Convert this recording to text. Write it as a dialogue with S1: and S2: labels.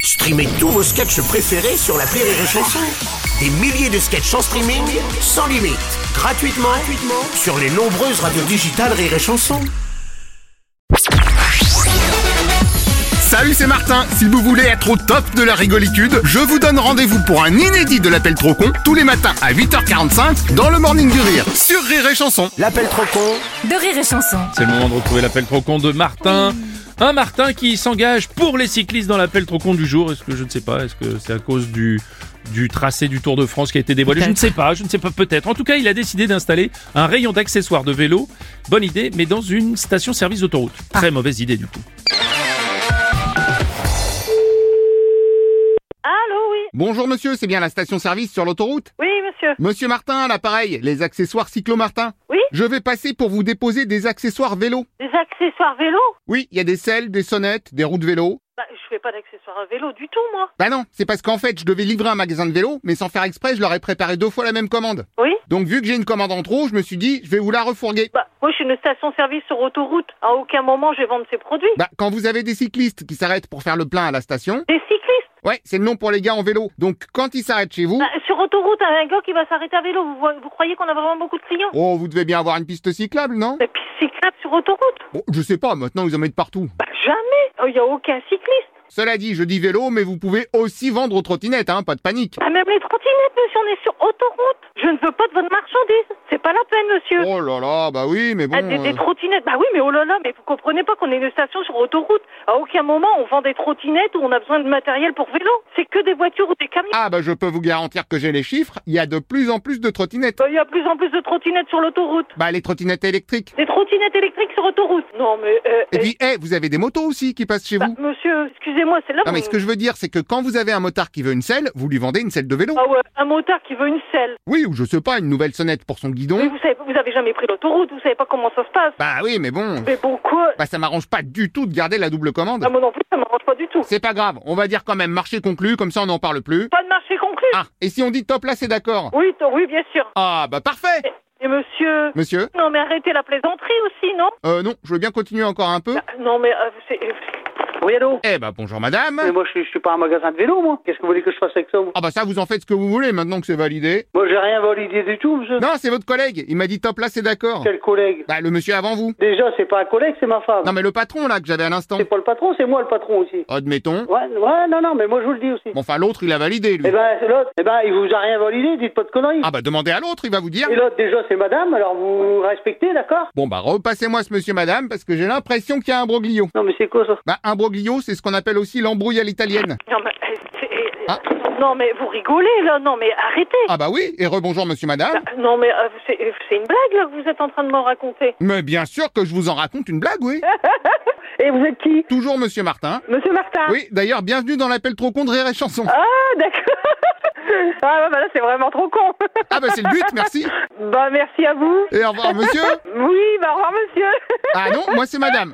S1: Streamez tous vos sketchs préférés sur la Rire et Chanson. Des milliers de sketchs en streaming, sans limite, gratuitement, gratuitement sur les nombreuses radios digitales Rire et Chanson.
S2: Salut, c'est Martin. Si vous voulez être au top de la rigolitude, je vous donne rendez-vous pour un inédit de l'appel trop con tous les matins à 8h45 dans le Morning du Rire sur Rire et Chanson.
S1: L'appel trop con
S3: de rire et chanson.
S4: C'est le moment de retrouver l'appel trop con de Martin. Un Martin qui s'engage pour les cyclistes dans l'appel trop con du jour. Est-ce que je ne sais pas Est-ce que c'est à cause du du tracé du Tour de France qui a été dévoilé Je ne sais pas, je ne sais pas peut-être. En tout cas, il a décidé d'installer un rayon d'accessoires de vélo. Bonne idée, mais dans une station-service d'autoroute. Très mauvaise idée du coup.
S5: Allô, oui.
S2: Bonjour monsieur, c'est bien la station-service sur l'autoroute
S5: Oui, monsieur.
S2: Monsieur Martin, à l'appareil, les accessoires Cyclo Martin.
S5: Oui.
S2: Je vais passer pour vous déposer des accessoires vélo.
S5: Des accessoires vélo
S2: Oui, il y a des selles, des sonnettes, des roues de vélo.
S5: Bah, je fais pas d'accessoires à vélo du tout, moi.
S2: Bah non, c'est parce qu'en fait, je devais livrer un magasin de vélo, mais sans faire exprès, je leur ai préparé deux fois la même commande.
S5: Oui
S2: Donc vu que j'ai une commande en trop, je me suis dit, je vais vous la refourguer.
S5: Bah, moi, je suis une station-service sur autoroute. À aucun moment, je vais vendre ces produits.
S2: Bah, quand vous avez des cyclistes qui s'arrêtent pour faire le plein à la station,
S5: Des cyclistes
S2: ouais, c'est le nom pour les gars en vélo. Donc quand ils s'arrêtent chez vous,
S5: Bah, Sur autoroute, un gars qui va s'arrêter à vélo, vous, vo- vous croyez qu'on a vraiment beaucoup de clients
S2: oh, vous devez bien avoir une piste cyclable, non
S5: Mais puis, cyclable sur autoroute
S2: Bon, je sais pas, maintenant ils en mettent partout.
S5: Bah, jamais Il n'y a aucun cycliste.
S2: Cela dit, je dis vélo, mais vous pouvez aussi vendre aux trottinettes, hein, pas de panique.
S5: Bah, même les trottinettes, monsieur, on est sur autoroute. Je ne veux pas de votre marchandise. C'est pas la peine, monsieur.
S2: Oh là là, bah oui, mais bon...
S5: Euh. Ah, des,
S2: euh,
S5: des trottinettes, bah oui, mais oh là là, mais vous comprenez pas qu'on est une station sur autoroute. À aucun moment on vend des trottinettes ou on a besoin de matériel pour vélo. C'est que des voitures ou des camions.
S2: Ah bah je peux vous garantir que j'ai les chiffres, il y a de plus en plus de trottinettes.
S5: Bah, Il y a plus en plus de trottinettes sur l'autoroute.
S2: Bah les trottinettes électriques.
S5: Des trottinettes électriques sur autoroute. Non, mais euh,
S2: Et
S5: euh,
S2: puis, eh, vous avez des motos aussi qui passent chez
S5: bah,
S2: vous
S5: monsieur, excusez-moi, c'est là.
S2: Non
S5: où-
S2: mais ce que je veux dire, c'est que quand vous avez un motard qui veut une selle, vous lui vendez une selle de vélo.
S5: Ah ouais, un motard qui veut une selle.
S2: Oui, ou je sais pas, une nouvelle sonnette pour son
S5: Mais
S2: guidon.
S5: vous savez, vous avez jamais pris l'autoroute, vous savez pas comment ça se passe.
S2: Bah oui, mais bon,
S5: Mais bon quoi
S2: bah ça m'arrange pas du tout de garder la double commande.
S5: Ah, moi non plus, ça m'arrange pas du tout.
S2: C'est pas grave, on va dire quand même marché conclu, comme ça on n'en parle plus.
S5: Pas de marché conclu.
S2: Ah, et si on dit top là, c'est d'accord
S5: Oui, t- oui, bien sûr.
S2: Ah bah parfait
S5: Et monsieur.
S2: Monsieur
S5: Non, mais arrêtez la plaisanterie aussi, non
S2: Euh non, je veux bien continuer encore un peu.
S5: Non, mais euh, c'est.
S6: Oui, allô
S2: Eh bah bonjour madame
S6: Mais moi, je suis, je suis pas un magasin de vélo, moi. Qu'est-ce que vous voulez que je fasse avec ça moi
S2: Ah bah ça, vous en faites ce que vous voulez maintenant que c'est validé.
S6: Moi, j'ai rien validé du tout, monsieur.
S2: Non, c'est votre collègue. Il m'a dit top là, c'est d'accord.
S6: Quel collègue
S2: Bah, le monsieur avant vous.
S6: Déjà, c'est pas un collègue, c'est ma femme.
S2: Non, mais le patron là que j'avais à l'instant.
S6: C'est pas le patron, c'est moi le patron aussi.
S2: Admettons.
S6: Ouais, ouais, non, non, mais moi, je vous le dis aussi.
S2: Bon, enfin, l'autre, il a validé lui.
S6: Eh ben, c'est l'autre, eh ben, il vous a rien validé, dites pas de conneries.
S2: Ah bah, demandez à l'autre, il va vous dire.
S6: Et l'autre, déjà, c'est madame, alors vous respectez, d'accord
S2: Bon, bah, repassez-moi ce monsieur madame parce que j'ai l'impression qu'il y a un broglio.
S6: Non, mais c'est quoi ça
S2: Bah, un broglio, c'est ce qu'on appelle aussi l'embrouille à l'italienne.
S5: Non, mais. euh, c'est-
S2: Ah.
S5: Non, mais vous rigolez, là. Non, mais arrêtez.
S2: Ah bah oui, et rebonjour monsieur madame.
S5: Ah, Non, mais euh, c'est c'est une blague, là, que vous êtes en train de me raconter.
S2: Mais bien sûr que je vous en raconte une blague, oui.
S6: Et vous êtes qui
S2: Toujours monsieur Martin.
S6: Monsieur Martin
S2: Oui, d'ailleurs, bienvenue dans l'appel trop con de rire et chanson.
S6: Ah, d'accord Ah, bah là, c'est vraiment trop con
S2: Ah bah, c'est le but, merci.
S6: Bah, merci à vous
S2: Et au revoir monsieur.
S6: Oui, bah, au revoir, monsieur
S2: Ah non, moi c'est madame.